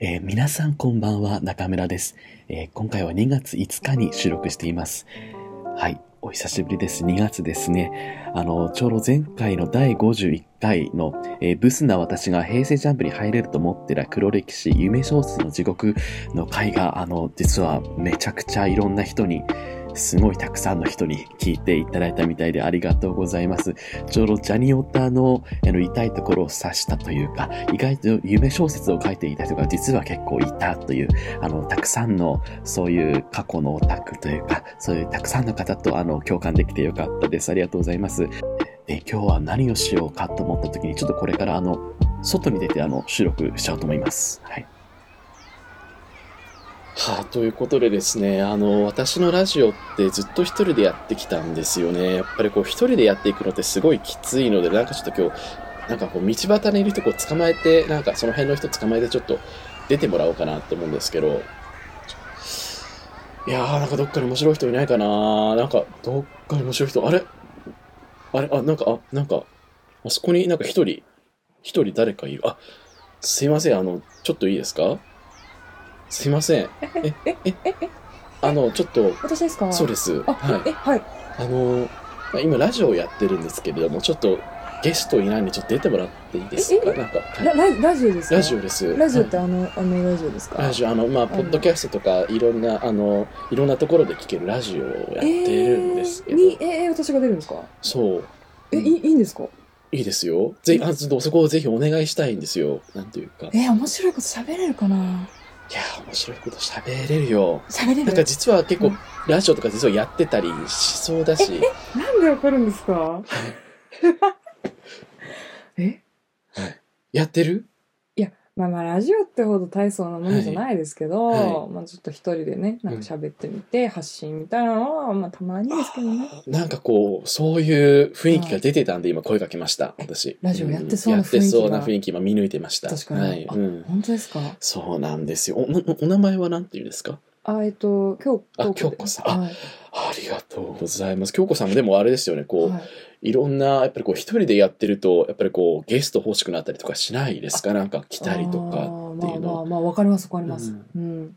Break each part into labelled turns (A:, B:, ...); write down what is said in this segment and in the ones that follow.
A: えー皆さんこんばんは、中村です、えー今回は2月5日に収録しています。はい、お久しぶりです。2月ですね。あの、ちょうど前回の第51回の、えーブスな私が平成ジャンプに入れると思ってた黒歴史夢小説の地獄の回が、あの、実はめちゃくちゃいろんな人に、すごいたくさんの人に聞いていただいたみたいでありがとうございます。ちょうどジャニオタのあの痛いところを刺したというか、意外と夢小説を書いていた人が実は結構いたという、あの、たくさんのそういう過去のオタクというか、そういうたくさんの方とあの共感できてよかったです。ありがとうございます。で、今日は何をしようかと思った時に、ちょっとこれからあの、外に出てあの、収録しちゃおうと思います。はい。
B: はあ、ということでですね、あの、私のラジオってずっと一人でやってきたんですよね。やっぱりこう一人でやっていくのってすごいきついので、なんかちょっと今日、なんかこう道端にいる人こう捕まえて、なんかその辺の人捕まえてちょっと出てもらおうかなと思うんですけど、いやーなんかどっかに面白い人いないかななんかどっかに面白い人、あれあれあ、なんか、あ、なんか、あそこになんか一人、一人誰かいる。あ、すいません、あの、ちょっといいですかすいません。え、え、え、あの、ちょっと、
C: 私ですか
B: そう
C: で
B: です。
C: あ、
B: はい。
C: え、はい。
B: あの、まあ今、ラジオをやってるんですけれども、ちょっと、ゲストいないんで、ちょっと出てもらっていいですか
C: ええ
B: なんか、はい
C: ラララジオですか
B: ラジオです。
C: ラジオって
B: は
C: あの、あのラジオです
B: い
C: か
B: ラジオ、あの、まあ、
C: の
B: ポッドキャストとか、いろんな、あの、いろんなところで聞けるラジオをやってるんですけど、
C: えーに、えー、私が出るんですか
B: そう。
C: え、
B: うん
C: いいいいんですか
B: いいですよ。ぜひ、あのそこをぜひお願いしたいんですよ。なんていうか。い
C: えー、面白いこと喋れるかな
B: やー、面白いこと喋れるよ。
C: 喋れ
B: なんか
C: る
B: 実は結構、
C: うん
B: ラジオとか実はやってたりしそうだし。
C: なんでわかるんですかえ
B: やってる
C: まあまあラジオってほど大層なものじゃないですけど、
B: はいはい
C: まあちょっと一人でね、なんか喋ってみて、発信みたいなのは、まあたまにですけどね。
B: なんかこう、そういう雰囲気が出てたんで、今声かけました、私。
C: ラジオやってそう
B: や
C: な雰囲気が
B: ってそうな雰囲気、今見抜いてました。
C: 確かに
B: はい。
C: あ
B: うん。
C: 本当ですか
B: そうなんですよ。お、おお名前は何て言うんですか
C: あ、えっと、今
B: あ
C: 日、
B: 京子さんあ
C: はい
B: ありがとうございます。京子さんもでもあれですよね、こう、
C: はい
B: い、ろんな、やっぱりこう、一人でやってると、やっぱりこう、ゲスト欲しくなったりとかしないですかなんか来たりと
C: あ
B: か
C: ー
B: っていう
C: まあまあ
B: の。
C: まあわかりますわかります、うん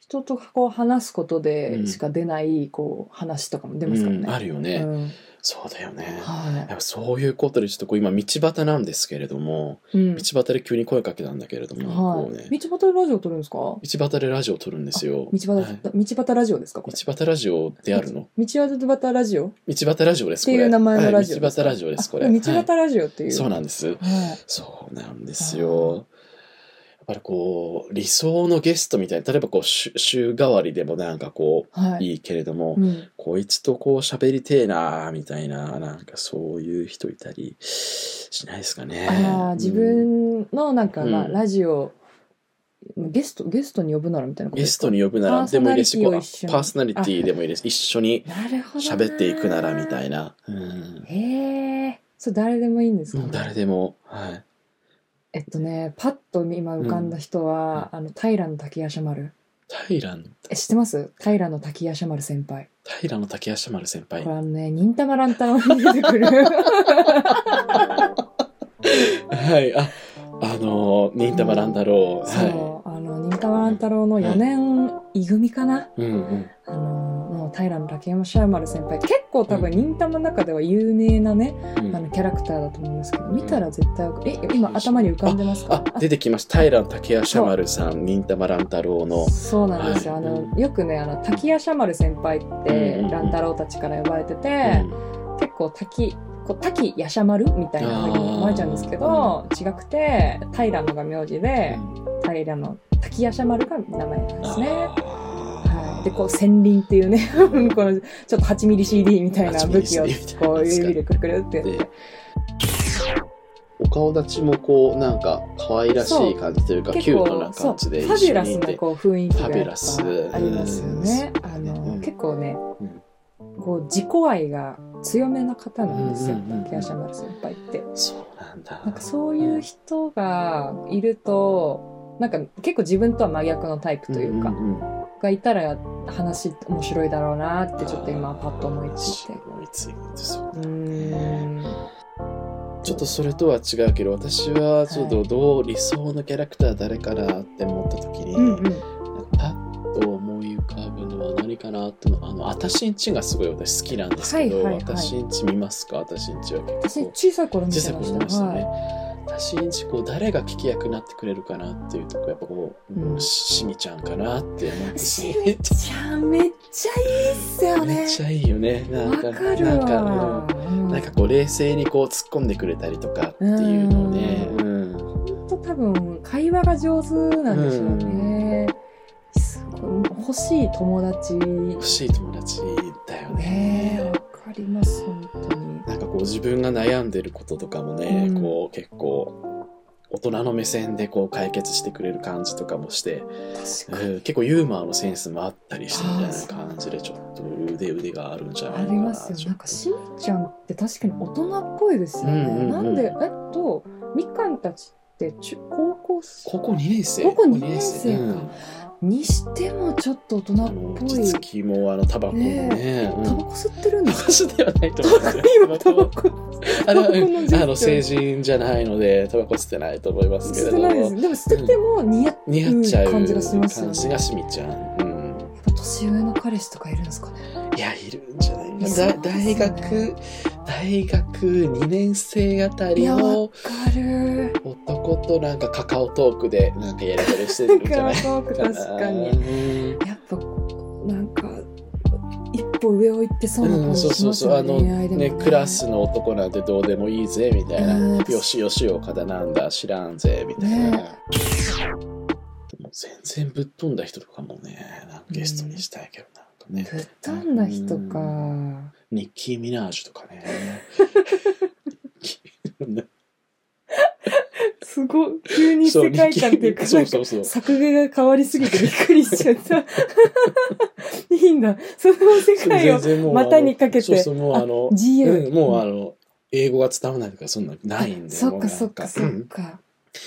C: 人とこう話すことでしか出ないこう話とかも出ますからね、
B: うんあるよね。
C: うん
B: そうだよね。
C: は
B: やっぱそういうことで、ちょっとこう、今、道端なんですけれども、
C: い、うん
B: 道端で急に声かけたんだけれども、こう
C: は
B: ね
C: い、道端ラジオ撮るんですか道
B: 道端でラジオを撮るんですよ。
C: 端、
B: はい
C: 道端ラジオですかこれ
B: 道端ラジオってあるの
C: 道端ラジオっ
B: 道端ラジオです、
C: て
B: これ。
C: いう名前のラジオ
B: は
C: で
B: い
C: す
B: 道端
C: か、
B: ラジオです、これ。
C: あ道端
B: は
C: ラジオっていう、
B: いそう
C: はい
B: なんです。
C: はい
B: そうなんですよ。やっぱりこう、理想のゲストみたいな、例えばこう、週週替わりでもなんかこ
C: は
B: う、
C: い
B: いいけれども、
C: うん、
B: こいつとこう喋りてえなみたいな、なんかそういう人いたりしないですかね。
C: あ
B: う
C: あ
B: ん
C: 自分のなんか、まあ
B: うん
C: ラジオゲストゲストに呼ぶならみたいなこと
B: ゲ
C: です
B: ス
C: か
B: トに呼ぶな
C: パ
B: ら
C: ーソ
B: でもい
C: ナ
B: いで
C: リ
B: す
C: テ
B: し、
C: ィ
B: こ
C: を
B: う
C: 一緒に
B: パーソナリティでもいいです。一緒に
C: なるほどな
B: 喋っていくならみたいな。うん
C: へえ、それ誰でもいいんですか、
B: うん誰でも、はい。
C: えっとね、パッと今浮かんだ人は、あの平の滝夜叉丸。
B: 平の、
C: え、知ってます？平の滝夜叉丸先輩。
B: 平の竹足丸先輩。
C: これ
B: は
C: あのね、忍たま乱太郎に出て くる。
B: い、あ、あのー、忍たま乱太郎。は
C: そう、あの忍たま乱太郎の4年い組かな。
B: い。うんうん。
C: あのの平の滝山シャーマル先輩結構多分忍たまの中では有名なね、
B: うん
C: あのキャラクターだと思いますけど見たら絶対わかるえ今頭に浮かんでます
B: あ
C: か、
B: 出てきました。平の竹足丸さん、忍たま乱太郎の。
C: そうなんですよ、
B: はい
C: あのよくねあの滝夜叉丸先輩って
B: うん
C: 乱太郎たちから呼ばれてて、
B: うん
C: 結構滝こう滝夜叉丸みたいな風に思われちゃうんですけど違くて平野が名字で平野滝夜叉丸が名前なんですね。はい、でこう千輪っていうね このちょっと 8mmCD みたいな武器を
B: 8mm
C: こう指でくるくるってやっ
B: で
C: て
B: お顔立ちもこう、なんか、可愛らしい感じというか、キ
C: 結
B: ュート
C: 構
B: な
C: そう
B: 感
C: フ
B: じで
C: ァ
B: 一
C: ビュ
B: 緒
C: ラ
B: に
C: ス
B: い
C: な
B: て。
C: こう雰囲気
B: ファ
C: が
B: ビ
C: や
B: ュ
C: っ
B: ラス
C: ぱありますよね。あ
B: う
C: の
B: ん
C: 結構ね
B: うん
C: こう自己愛が強めな方なんですよ
B: うんうんうん
C: 竹山丸先輩って。
B: そうなんだ。
C: なんかそういう人がいるとなんか結構自分とは真逆のタイプというか、
B: んんん
C: がいたら話面白いだろうなってちょっと今パッと思いついて。
B: 思いついてそう
C: うーん
B: ちょっとそれとは違うけど私はちょっとどう理想のキャラクター誰かなって思った時に、
C: うんうん。
B: パッと思い浮かぶのは何かなってのはあの私んちがすごい私好きなんですけど、
C: はいはいはい
B: 私んち見ますか私んちは結
C: 私
B: 構
C: 小さい頃見
B: 小
C: て
B: さい
C: ま
B: 頃
C: し
B: 見
C: た。
B: ました
C: は
B: ね
C: い。。
B: 私んちこう誰が聞き役になってくれるかなっていうとこやっぱこう、
C: うん
B: うんししみちゃんかなって思って
C: し
B: し
C: めちゃんめっちゃいいっすよね
B: めっ。ちゃいいよねなん
C: わ
B: か
C: かる
B: なんか、うん
C: わ。うん
B: なんかこう冷静にこう突っ込んでくれたりとかっていうのをね、
C: う
B: うん
C: ほんと多分会話が上手なんでしょうね。すごいもう欲しい友達。
B: 欲しい友達だよ
C: ねえ、わ
B: ね。
C: かります、本当に。
B: なんかこう自分が悩んでることとかもね、
C: うん
B: こう結構大人の目線でこう解決してくれる感じとかもして、
C: 確か
B: う
C: に。
B: ん、結構ユーモアのセンスもあったりしてみたいな感じでちょっと腕腕があるんじゃない
C: あ
B: かな。
C: りますよ。
B: ちょ
C: な
B: っ
C: ん
B: と
C: かしみちゃんって確かに大人っぽいですよね。
B: うんうんうん
C: なんで、えっと、みかんたちって中高校生
B: 高校2年生
C: 高校2年生か
B: 高校二
C: にしてもちょっと大人
B: うんあ
C: っ
B: の
C: ぽい。
B: 落ち着きもあのタバコもね
C: ねえ
B: う
C: タ
B: ん
C: バコ吸ってるんで
B: タ
C: す
B: バコ
C: か
B: ではないと
C: タ
B: 思う
C: バ
B: んです
C: コ
B: よ
C: 今タバコ
B: あの、
C: タバコの実況
B: あの成人じゃないので、タバコ吸ってないと思いますけ
C: 吸
B: れ
C: ってないです
B: ど、
C: でも吸ってても似合っ
B: 似合っちゃう
C: 感じがしますよ
B: 感
C: ね
B: じがしみちゃん。うん、
C: やっぱ年上の彼氏とかいるんですかね
B: いや、いるんじゃない
C: いや
B: だ
C: そうです
B: 大
C: よね
B: 学、大学2年生あた
C: い
B: り
C: やわ
B: の
C: かる
B: 男となんかカカオトークでなんかやり取りしてるん
C: だ
B: じゃな
C: から
B: いか
C: そうか
B: な。
C: 確かに
B: うん
C: やっぱなんか一歩上を行ってそうな
B: う
C: 感
B: ん、
C: じ
B: そう
C: し
B: そう
C: ます
B: そう、あ
C: よね
B: の、
C: 恋愛でも
B: ね、クラスの男なんてどうでもいいぜ、みたいな。
C: うん
B: よしよし、岡田なんだ、知らんぜ、みたいな。
C: ね
B: でも全然ぶっ飛んだ人とかもね、なんかゲストにしたいけど、なんか
C: ぶ
B: ね、
C: っ飛んだ人か
B: うんニッキー・ミナージュとかね。
C: すごい急に
B: そう
C: 世界観っていうか
B: ニッキー
C: なん
B: そうそ
C: か
B: うそう。
C: 作画が変わりすぎてびっくりしちゃったいいんだその世界を
B: 然もう
C: 股にかけて
B: そうそう、もうあの、
C: 自由、
B: うん、もうあの、英語が伝わらないとか、そんなのないんで。
C: そ
B: も
C: っ
B: うな
C: か
B: ん
C: そっかそ
B: うん
C: っか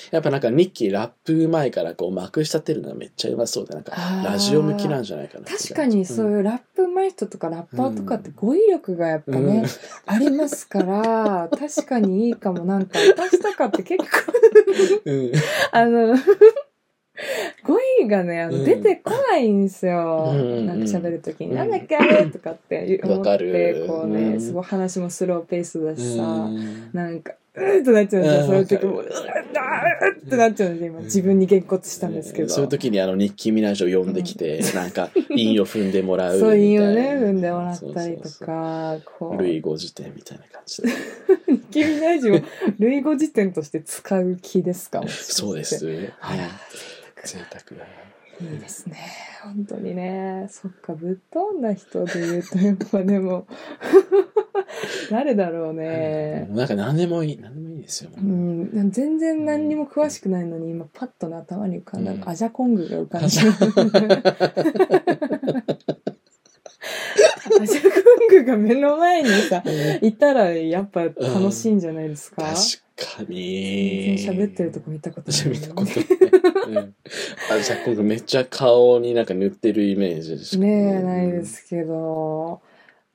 B: やっぱなんかニッキーラップ前からこうまくしたてるのはめっちゃうまそうでなんか
C: あー
B: ラジオ向きなんじゃないかな
C: 確かにそう
B: う
C: いうラップマイストとかラッパーとかって語彙力がやっぱね、
B: うん
C: ありま すから、確かにいいかも。なんか、私とかって結構、
B: うん
C: あの、語彙がね、あの
B: うん
C: 出てこないんですよ。
B: うん
C: なんか喋るときに、
B: うん
C: なんだっけあれとかって思
B: わ
C: っ
B: か
C: て
B: る、
C: こ
B: う
C: うね、
B: ん
C: すごい話もスローペースだし
B: う
C: さ、
B: ん
C: なんか、うーってなっちゃうんですよ。そういう時
B: うん
C: も、う
B: わ
C: ー
B: か
C: っ
B: る
C: ってなっちゃうんですよ。今、自分にげっこつしたんですけど。
B: そういう時にあのニッキー・ミナージュを呼んできて、なんか韻を踏んでもらう
C: そう
B: み
C: いう
B: た
C: の
B: いな
C: ね、踏んでもらったりと
B: そうそう
C: か、こ
B: そう
C: う。
B: 類語辞典みたいな感 じで
C: 君大臣を類語辞典として使う気ですかもしかし て
B: そうです
C: あら
B: うん贅沢だ
C: いいですね本当にねそっかぶっ飛んだ人で言うとやっぱでも 誰だろうね、
B: なんか何でもいい何でもいいですよ、
C: うん、全然何にも詳しくないのに今パッとね頭に浮かんだの
B: うん
C: アジャコングが浮 かんだアジャコングが目の前にさいたらやっぱ楽しいんじゃないですか、
B: 確か
C: 全
B: に
C: 然喋ってると こ見たことない
B: 私見たことない。うん、あじゃあ今度めっちゃ顔になんか塗ってるイメージしか
C: ねえないで。すけど、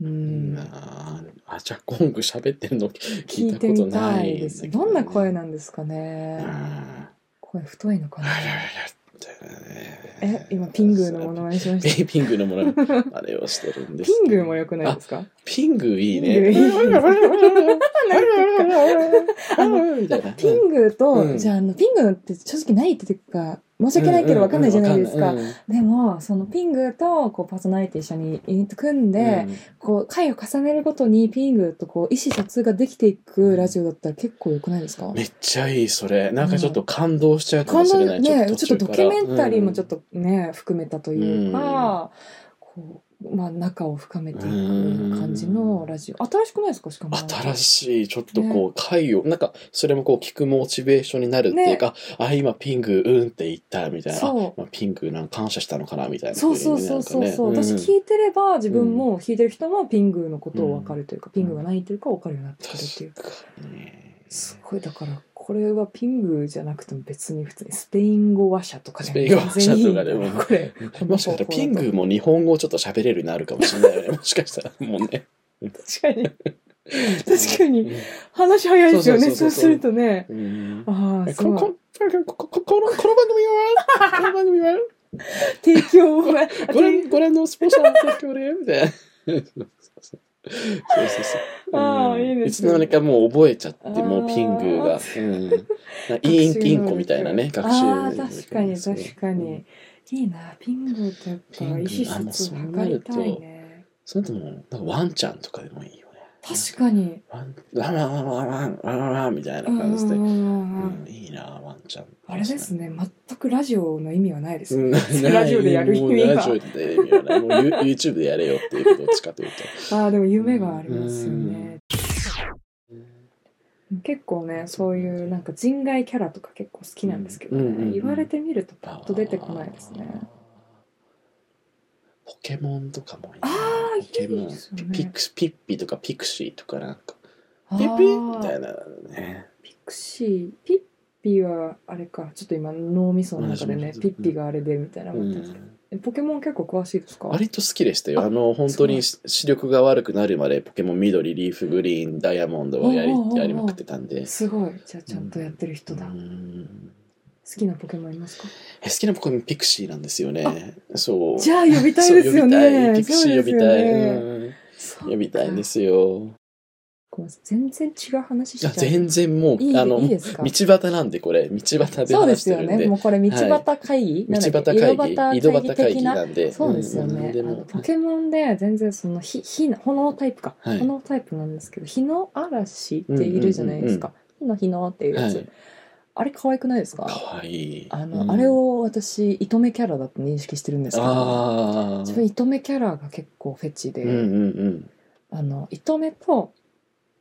C: う
B: うんん、あーあじゃあ今度喋ってるの聞
C: 聞
B: い
C: い
B: た
C: て
B: こと
C: み
B: な
C: た
B: いだけどね、
C: いです。どんな声なんですか
B: うん
C: ね。
B: あ
C: 声太いのかな
B: ら。らららって
C: え、今ピングーのものまねしまし
B: ピピングのものあれをしてるん
C: た。
B: です
C: ピ
B: けど。
C: ングーも良くないですか。
B: ピングいいね。
C: ピングいい
B: あの みたいな
C: ピングー
B: う
C: と
B: ん
C: じゃああのピングーって正直ないっていうか申し訳ないけどわかんないじゃないです
B: う
C: か
B: ん。うんうんわ
C: でもそのピングーとこうパーソナリティ一緒にユニット組ん
B: かんない
C: でこう回を重ねるごとにピングーとこう意思疎通ができていくラジオだったら結構良くないですか
B: うん。めっちゃいいそれ。なんかちょっと感動しちゃうかも
C: 感
B: し
C: 動
B: れない。
C: ね、ちょっ
B: 途中
C: とド
B: か
C: キ
B: ら
C: ュメンタリーもちょ
B: う
C: っ
B: ん
C: とね、含めたというか、こう、まあ仲を深めていく感じのラジオ。新しくないですかしかも。
B: 新しい、ちょっとこう、回を、なんか、それもこう、聞くモチベーションになるっていうか、あ、今、ピング、うんって言った、みたいな。あ
C: そう
B: まあ、ピング、なんか感謝したのかな、みたいな。
C: そうそうそうそうそう、
B: なんか
C: 私
B: ね
C: 聞いてれば自分も聞いてる人もピングーのことを分かるというか、ピングーが何言ってるか分かるようになってくるってい
B: うん
C: う
B: 確かに。
C: すごいだからこれはピングーじゃなくても別に普通にスペイン語話者とかで
B: スペイン語話者とかでも
C: 全然いいんだよこれこの
B: もしかした
C: 方法だ
B: ら、
C: と
B: ピ ングも日本語をちょっと喋れるようになるかもしれないよね。もしかしたら、もうね。
C: 確かに 確かに。話早いですよね。
B: そ
C: そう
B: そうそうそう
C: うするとね。
B: うん
C: ああ、
B: え
C: す
B: このこ
C: ごい。
B: のこここのこの番組は この番組は
C: 提供を、 あ
B: ご
C: 提
B: 覧ご覧のスポンサーの提供でみた いな。そうそうそう。
C: ああ
B: うん
C: いいです
B: いつの間にかもう覚えちゃって、もうピング
C: あ
B: が。うん。 なんかイン、インコみたいなね、学習
C: ああ、確かに
B: そう
C: 確かに。いいな、ピングってやっぱ意思疎通を図りたいね。
B: それとも、なんかワンちゃんとかでもいいよね。
C: 確かに。
B: ワン、ワンワンワンワンワンワンワンワンみたいな
C: うんう
B: 感じ
C: ん
B: で。
C: う
B: うん
C: う
B: ん、
C: ん
B: いいな、ワンちゃん。
C: あれですね、全くラジオの意味はないですね。
B: うん。
C: ラジオでやる意味は
B: ラジオでやる意味はない。もう YouTube でやれよっていうことを使ってる
C: ああ、でも夢がありますよね。結構ね、そういうなんか人外キャラとか結構好きなんですけど
B: うんうんうんうん
C: ね。言われてみるとパッ
B: と。
C: と出てこないですね。
B: ポケモンとかもいいな。
C: ああ、い
B: ポケモ
C: い
B: ン
C: で。すよね。
B: ピクス、ピッピとかピクシーとかなんか、
C: あー
B: ピッピみたいなね。
C: ピクシー、ピッピはあれか、ちょっと今脳みその中でね
B: 同、じ
C: ピッピがあれでみたいな
B: う
C: 思ってますけど、
B: ん。
C: えポケモン結構詳しいですか
B: 割と好きでしたよ。あの、本当に視力が悪くなるまでポケモン緑、リーフ、グリーン、ダイヤモンドをやり
C: おうおうおうおう
B: やりまくってたんで。
C: すごい。じゃあちゃんとやってる人だ。
B: う
C: 好
B: ん
C: きなポケモンいますか
B: え好きなポケモンピクシーなんですよね。そう。
C: じゃあ呼びたいですよ
B: そう呼びたい
C: ね。
B: ピクシー呼び
C: そう
B: たい。
C: ですよね
B: うん
C: そうか
B: 呼びたいんで。すよ。
C: ごめんなさい全然違う話しち
B: い
C: ゃ
B: や、
C: う。
B: 全然もう、
C: いい
B: あの、
C: いいですか
B: 道端なんでこれ、道端で
C: そうで
B: 話し
C: す
B: て
C: よ
B: るん
C: ね。
B: で。
C: もうこれ道端会議、
B: 道
C: なんだ
B: 端
C: っ
B: 会
C: け
B: 議、井戸端会議
C: 的な。
B: なんで。
C: そうですよ
B: んもう
C: ね
B: 何。で
C: あの
B: も
C: ポケモンで全然その火火の炎タイプか、
B: はい
C: 炎タイプなんですけど火の嵐っているじゃないですか。火の火のっていう
B: は
C: やつ。
B: い。
C: あれ可愛くないですか？
B: かわいい。
C: あ
B: う
C: の、
B: ん
C: あれ、を私糸目キャラだと認識してるんですけど、
B: ああ。
C: 自分糸目キャラが結構フェチで、
B: うんうん
C: あの糸目と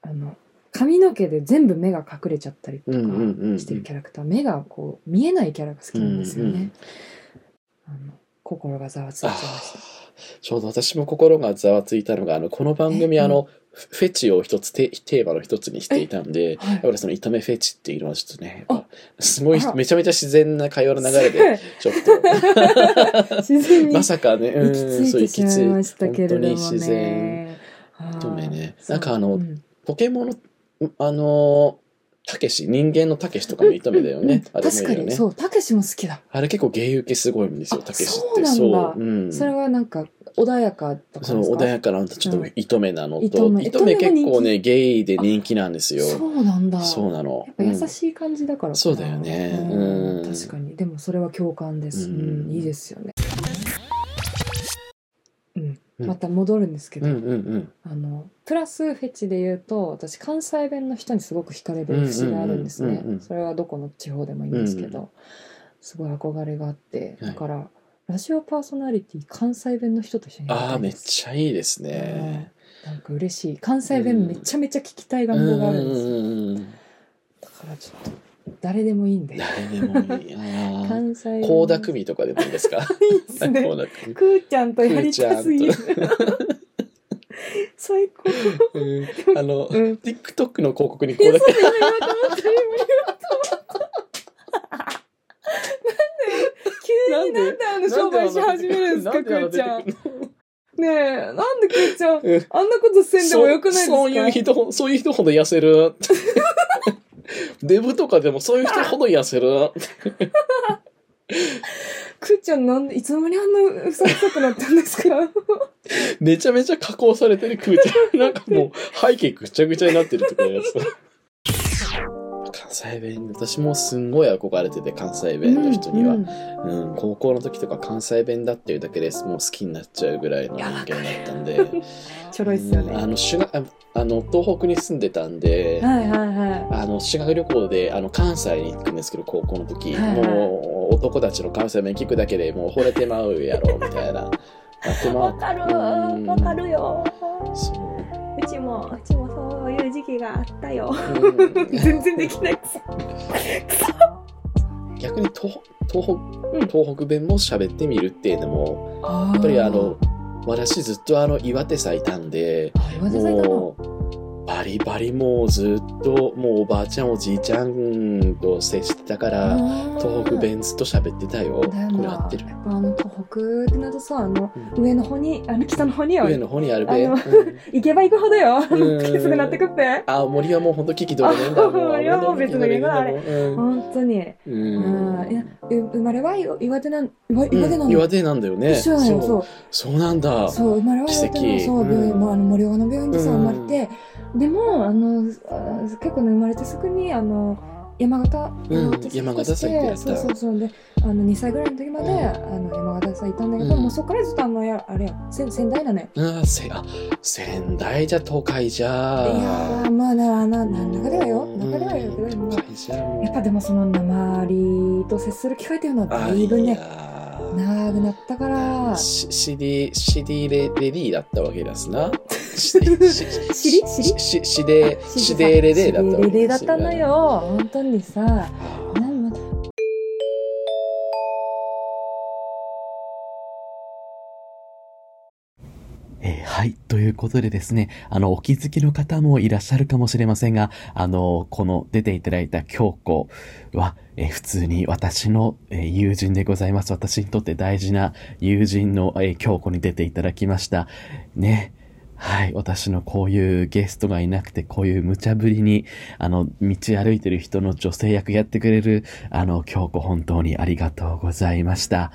C: あの髪の毛で全部目が隠れちゃったりと
B: うん。う
C: か。
B: んうんうん。
C: してるキャラクター、目がこう見えないキャラが好きなんですよね。あの心がざわついちゃい
B: あ
C: ました。
B: ーちょうど私も心がざわついたのが、あの、この番組、
C: え
B: あの、フェチを一つテ、テーマの一つにしていたんで、
C: はい
B: やっぱりその炒めフェチっていうのはちょっとね、
C: あ
B: やっぱすごい
C: あら
B: めちゃめちゃ自然な会話の流れ で、ちょっ
C: すごい自然
B: と、
C: に
B: まさかね、
C: 行
B: う
C: き
B: ん、
C: 着い
B: そう行
C: てし
B: き
C: ま
B: 着
C: い
B: い
C: ましたけれど
B: 本当に
C: も
B: 自然。
C: ね。
B: とめね
C: そう
B: なんかあの
C: うん
B: ポケモンの、あの、たけし、人間のたけしとかも炒めだよ
C: うんうん
B: ね。あれもいい
C: 確
B: よ
C: か
B: ね
C: にそうたけしも好きだ。
B: あれ結構芸受けすごいんですよ、
C: あ
B: たけし
C: そ
B: っ
C: う
B: て。
C: なんだ
B: そう。うん。
C: それはなんか穏やかとかです
B: そ
C: か。
B: の穏やかなのとちょっ
C: う
B: と
C: ん
B: 糸目なの
C: 糸
B: と、
C: 目
B: 糸目
C: 糸目
B: 結
C: も人気
B: 構ね、ゲイで人気なんですよ。
C: そうなんだ。
B: そうなの
C: やっ。ぱ優
B: い。
C: しい感じだか
B: う
C: らかな、
B: んそうだよね
C: うん
B: うん
C: 確かにでもそれは共感です、
B: う
C: うんんいいですよね、う
B: う
C: ん
B: ん
C: また戻るんですけ
B: う
C: ど、
B: んうんうん。
C: あのプラスフェチで言うと私関西弁の人にすごく惹かれる節があるんです
B: うんう
C: ね
B: んうんうんうん
C: それはどこの地方でもいいんですけど、すごい憧れがあって
B: はい
C: だから、ラジオパーソナリティ関西弁の人と一緒にやり
B: あ
C: た
B: あ、
C: い
B: め
C: で
B: っ
C: す
B: ちゃいいですね。
C: なんか嬉しい関西
B: うん
C: 弁めちゃめちゃ聞きたい
B: うん
C: 願
B: う
C: 望
B: ん
C: があるんですよ、
B: うんうん。
C: だからちょっと誰でもいいんで
B: 誰でもいい。ああ。
C: 関西
B: 倖田來未とかでもいいです か
C: いいっすね
B: 倖田來
C: くーちゃんとやりたすぎる
B: く
C: 最高
B: 未うん。あの、
C: うん
B: TikTok の広告に
C: い
B: 倖
C: や
B: 田
C: そう
B: 來
C: だよ今と思った今言おうと思ったなんで急になんであの
B: 未。
C: 商売し始めるんです
B: な
C: かく
B: であの
C: ーちゃん
B: 出て
C: ね
B: くるの
C: えなんでくーちゃ
B: うん
C: んあんなことせんでもよくないですか
B: そうそういう人ほ、そういう人ほど痩せる。デブとかでもそういう人ほど痩せる。
C: くーちゃんなんでいつの間にあんなうさくさくなったんですか
B: めちゃめちゃ加工されてる空ちゃん。なんかもう背景ぐちゃぐちゃになってるとかの やつ。関西弁、私もすんごい憧れてて、関西弁の人には。
C: う
B: うんん、高校の時とか関西弁だっていうだけです。もう好きになっちゃうぐらいの人間だった んで。
C: ちょろいっすよ
B: うん
C: ね
B: あの、修学、ああの、東北に住んでたんで、
C: はいはいは
B: あの修学旅行であの関西に行くんですけど高校の時、
C: はいはい
B: もう男たちの関西弁聞くだけでもう惚れてまうやろみた いななって
C: い
B: ま
C: わ
B: う
C: かる
B: うん
C: わかるよ
B: そう
C: うちもうちもそういう時期があったよ
B: うん
C: 全然できないです
B: 逆に東東
C: ん
B: 北東北弁も喋ってみるっていうのも
C: や
B: やっぱりあの私ずっとあの岩手さいたんで
C: あ岩手さんいたの
B: もうババリバリもうずっともうおばあちゃんおじいちゃんと接してたから、東北弁ずっと喋ってたよ。
C: だよ
B: これ合
C: な
B: ってる
C: やっぱあの東北ってなるとさあの
B: うん
C: 上の方にあの北の方には
B: 上の方にあるべ。
C: あ
B: う
C: の
B: ん
C: 行けば行くほどよ
B: うん
C: きつくなってくって
B: 青森はもう本当聞き取れないんだもん。
C: あ 森はもう別の言うなあれ
B: 青森はもう
C: 本当に
B: 聞き取れないんだもん
C: うん
B: うん
C: いやう生まれは岩手なん岩岩
B: う
C: 手な
B: ん
C: の
B: 岩手なんだよね。
C: 一緒なの
B: そう
C: そう
B: そうなんだ。
C: そう生まれは岩手の
B: 奇跡
C: そう病院
B: うん
C: もあの森岡の病院でさ
B: う
C: 生
B: ん
C: まれてでもあのあ結構ね生まれてすぐにあの山形
B: うん
C: に引っ越し
B: 山形埼玉や
C: て
B: った
C: そうそうそうであの2歳ぐらいの時まで
B: うん
C: あの山形さんいたんだけど
B: うん
C: もうそこからずっとあのやあれよ仙仙台なのよ
B: あせあ仙台じゃ都会じ
C: い
B: ゃ。
C: やーまあななな中ではよ
B: うん
C: 中ではよけども
B: 都会じゃもう
C: やっぱでもその鉛と接する機会っていうのは
B: あ
C: だいぶ
B: い
C: ね
B: や
C: 長くなったから
B: シシディ、シディレレリーだったわけです な。シディ、シ
C: シリシリ
B: シシデ、
C: あ
B: シデレレだったわけ
C: シデレレ
B: で
C: だっ
B: す
C: たの。よ本当にさなんま
A: えーはい。ということでですね、あの、お気づきの方もいらっしゃるかもしれませんが、あの、この出ていただいた京子は、えー普通に私の、えー友人でございます。私にとって大事な友人の、えー京子に出ていただきました。ね。はい。私のこういうゲストがいなくて、こういう無茶ぶりに、あの、道歩いてる人の女性役やってくれる、あの、京子本当にありがとうございました。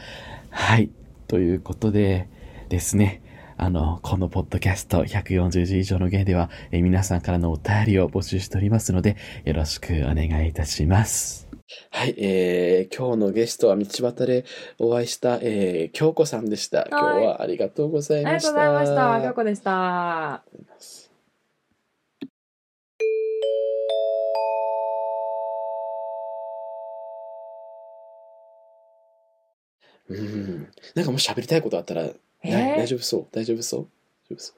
A: はい。ということでですね。あの、このポッドキャスト140字以上の芸では、えー皆さんからのお便りを募集しておりますので、よろしくお願いいたします。
B: はい、えー、今日のゲストは道端でお会いした、えー、京子さんでした。今日はありがとうござい
C: あり
B: ま
C: が
B: し
C: と
B: た。
C: うございました京子でした
B: うん。なんかもう喋りたいことあったら、ない
C: え
B: 大
C: ー
B: 丈夫そう大丈夫そう大丈夫そう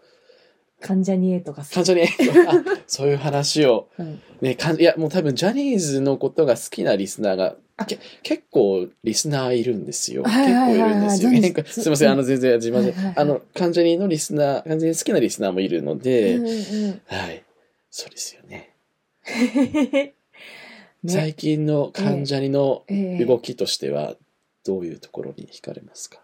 C: 関ジャニエとかさ
B: 感情に、 あそういう話を。
C: うん
B: ね、かんいや、もう多分ジャニーズのことが好きなリスナーが、け結構リスナーいるんですよ。
C: はいはいはいは
B: 結構いる
C: い
B: んですよ。
C: ジャニーズ
B: すいません、あの、全然、自慢
C: は
B: で
C: いはいはい
B: あの、関ジャニのリスナー、関ジャニ好きなリスナーもいるので、
C: うんうんうん
B: はい。そうですよね。
C: ね
B: 最近の関ジャニの
C: えー
B: 動きとしては、どういうところに惹かれますか、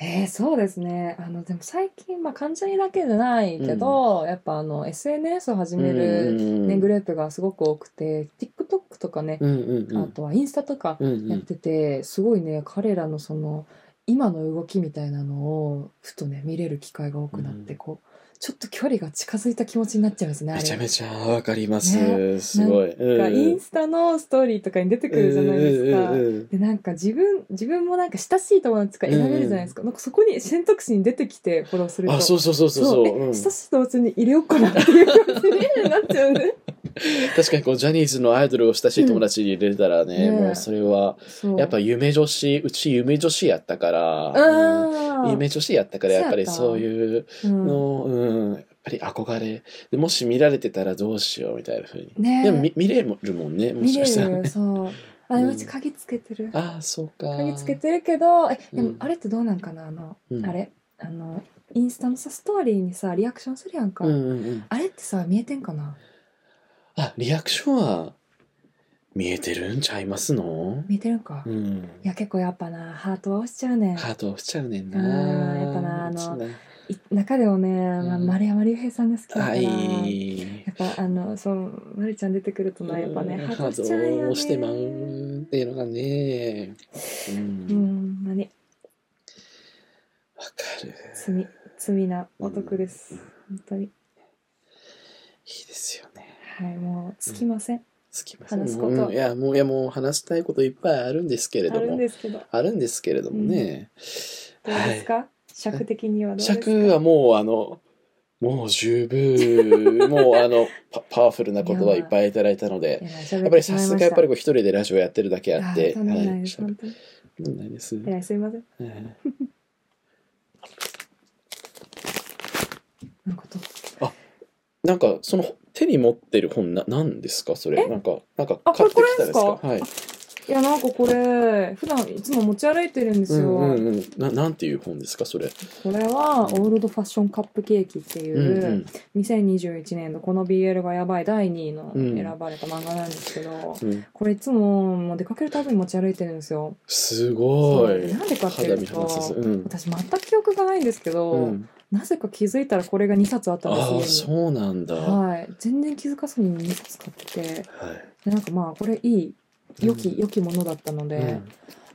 C: えーそうですねあのでも最近、まあ、関ジャニだけじゃないけど、やっぱあの SNS を始める、ね、グ
B: ル
C: ループがすごく多くて TikTok とかね、
B: うんうんう
C: あ
B: ん。
C: とはインスタとか
B: うんう
C: やっ
B: ん、
C: てて、すごいね彼らのその今の動きみたいなのをふとね見れる機会が多くなって、
B: うん
C: こうちょっと距離が近づいた気持ちになっちゃうんですねあ
B: めちゃ
C: れ
B: めちゃわかります。
C: ね
B: すごい。
C: が
B: うん
C: インスタのストーリーとかに出てくるじゃないですか。
B: うんうんうん
C: でなんか自分自分もなんか親しい友達とか選べるじゃないですか、なんかそこに選択肢に出てきてフォローすると
B: あ、そうそうそうそうそう。
C: え
B: うん
C: 親しい友達に入れようかなっていう感じになっち ゃうね
B: 確かにこうジャニーズのアイドルを親しい友達に入れたらね、
C: うんねえ
B: もうそれは
C: そう
B: やっぱ夢女子うち夢女子やったから、
C: あ
B: うん
C: ー
B: 夢女子やったからやっぱり
C: そ
B: そうう
C: や
B: いう
C: うん
B: の、うんやっぱり憧れでもし見られてたらどうしようみたいなふうに、
C: ね
B: でも見見れるもんねも
C: 見
B: し
C: れ
B: かしたら、
C: るそう あ
B: うん
C: うち鍵つけてる
B: ああそうか
C: 鍵つけてるけどえで
B: う
C: も
B: ん
C: あれってどうなんかなあの、
B: うん
C: あれあのインスタのさストーリーにさリアクションするやんか、
B: うんうんうん
C: あれってさ見えてんかな
B: あリアクションは見えてるんちゃいますの
C: 見えてるんか、
B: う
C: い
B: ん
C: や結構やっぱなハートは押しちゃうねん
B: ハート押しちゃうねんな
C: うんやっぱなあの
B: そうね
C: い中でもね、まあ、
B: うん
C: 丸山隆平さんが好きだから、
B: はい
C: やっぱあのそうまるちゃん出てくるとなやっぱね
B: うん
C: ハ
B: ハー
C: ート
B: ト
C: しちゃうよね
B: をしてまうっていうのがね。う。
C: うん
B: わ
C: ん何
B: かる。い
C: 罪罪な男です、本当に
B: いですよね。
C: はいもうつきません、
B: 好きません。
C: 話すこと
B: うんいや、もう、いや、もう話したいこといっぱいあるんですけれ
C: あ
B: ど
C: るん
B: も。
C: ですけどど
B: あるんですけれどもね。
C: うですか、尺的にはどうですか
B: 尺はもう、あの、もう十 分、もうあの、パパワフルな言葉いっぱいいただいたので、やっぱりさすがやっぱりこう一人でラジオやってるだけ
C: や
B: あっ、
C: っててない
B: はい
C: です本当に
B: 喋んないです。
C: いやすいません
B: はい
C: なんかと
B: なんかその手に持ってる本な何ですかそれ
C: え
B: なんかなんか
C: あ
B: 買
C: こ
B: っ
C: れ
B: てきたんですか
C: こ
B: はい
C: いや、なんかこれ、普段いつも持ち歩いてるんです
B: う
C: よ。
B: んうんうん。な、なんていう本ですか、それ。
C: これは、オールドファッションカップケーキっていうう、
B: ん
C: 2021年度この BL がやばい第2位の
B: うん
C: 選ばれた漫画なんですけど、
B: うん。うん、
C: これいつももう出かけるたびに持ち歩いてるんですよ。
B: すご
C: そう
B: い。
C: なんでかってい
B: 肌
C: う
B: 身離さず。
C: と、
B: うん。
C: 私全く記憶がないんですけど、
B: うん、
C: なぜか気づいたらこれが2冊あったんです
B: ああ、
C: 家に
B: そうなんだ。は
C: はい。全然気づかずに2冊買ってて、
B: い。
C: でなんかまあこれいい、良き、良きものだったので、
B: うん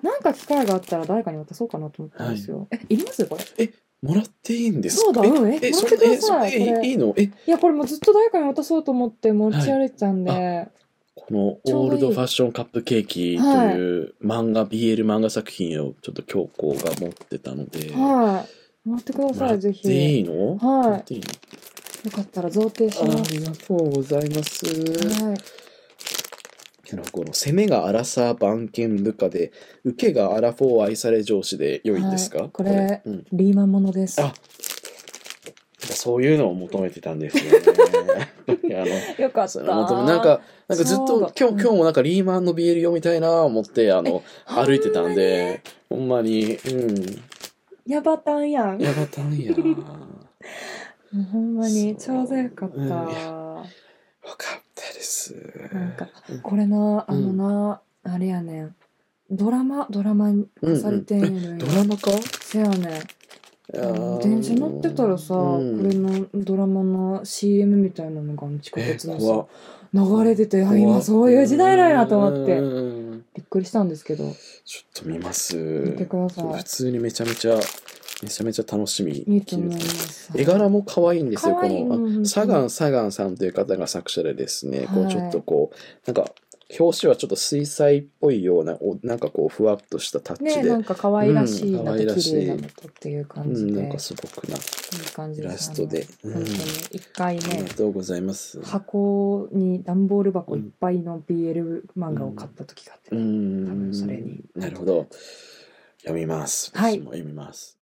C: なんか機会があったら誰かに渡そうかなと思ったんですよ。え、いりますこれ。
B: もらっていいんですか
C: そうだ、
B: え
C: うん、え、
B: え、
C: 待
B: そ
C: って
B: れ
C: くだ
B: で、そ
C: さ
B: れ
C: い。
B: で
C: こ
B: い
C: れ。
B: いのえ、
C: いや、これもうずっと誰かに渡そうと思って持ち歩いてたんで、
B: はこのオールドファッションカップケーキという漫画、BL 漫画作品をちょっと京子が持ってたので、
C: はい。持ってくだ
B: も
C: さ
B: ら
C: い、
B: って
C: ぜひ。
B: いいのもら
C: は
B: っていいの
C: い。よかったら贈呈しま
B: あ
C: す。
B: りがとうございます。
C: はい。
B: なんかこの攻めがアラサー番犬部下で、受けがアラフォー愛され上司で良いんですか、
C: はいこれ
B: うん。
C: リーマンものです。
B: あそういうのを求めてたんです よね。あの
C: よかっ
B: そ
C: た。
B: れを求めなん、か、なんかずっ
C: そうだ
B: と、今日、今日もなんかリーマンの BL 読みたいなぁ思って、あの、歩いてたんで、ほんまに、うん。
C: やばたんやん。
B: やばたんや。
C: もうほんまに、ち
B: そう
C: ょうどよかった。
B: うん
C: な
B: わかったです。
C: んか、これな、あのな、あれやねん。ドラマ、ドラマにされている。
B: ドラマか
C: せやねん。あの電車乗ってたらさ、
B: うん
C: これのドラマの CM みたいなのが地下
B: え
C: 鉄の
B: 怖っ
C: さ流れててあ
B: 怖っ
C: 今そういう時代なんやと思って
B: うん
C: びっくりしたんですけど
B: ちょっと見ます。
C: 見てくださ
B: 普
C: い
B: 通にめちゃめちゃ、めちゃめちゃ楽しみ。
C: 見てもらいます
B: 絵柄も可愛いんですよ。
C: 可愛い
B: こ
C: うんうんう
B: の、
C: ん
B: サガン・サガンさんという方が作者でですね、こ
C: は
B: う
C: い
B: ちょっとこう、なんか、表紙はちょっと水彩っぽいような、おなんかこう、ふわっとしたタッチ
C: ね
B: で、
C: なんか可愛らしい
B: うん
C: な
B: 可
C: と
B: 愛らしい
C: 綺麗なのとっていう
B: う
C: 感じ
B: ん、
C: で、
B: なん
C: い
B: かすごくな。
C: い感じ
B: イ
C: で
B: ラ
C: す
B: ストで
C: あの本当
B: う
C: に
B: ん
C: 一回
B: あり
C: ね
B: がとうございます。
C: 箱に段ボール箱いっぱいの BL 漫画を買った時があっ
B: う
C: て、多
B: ん
C: 分それに、
B: なるほど。読みます。
C: はい
B: 私も読みます。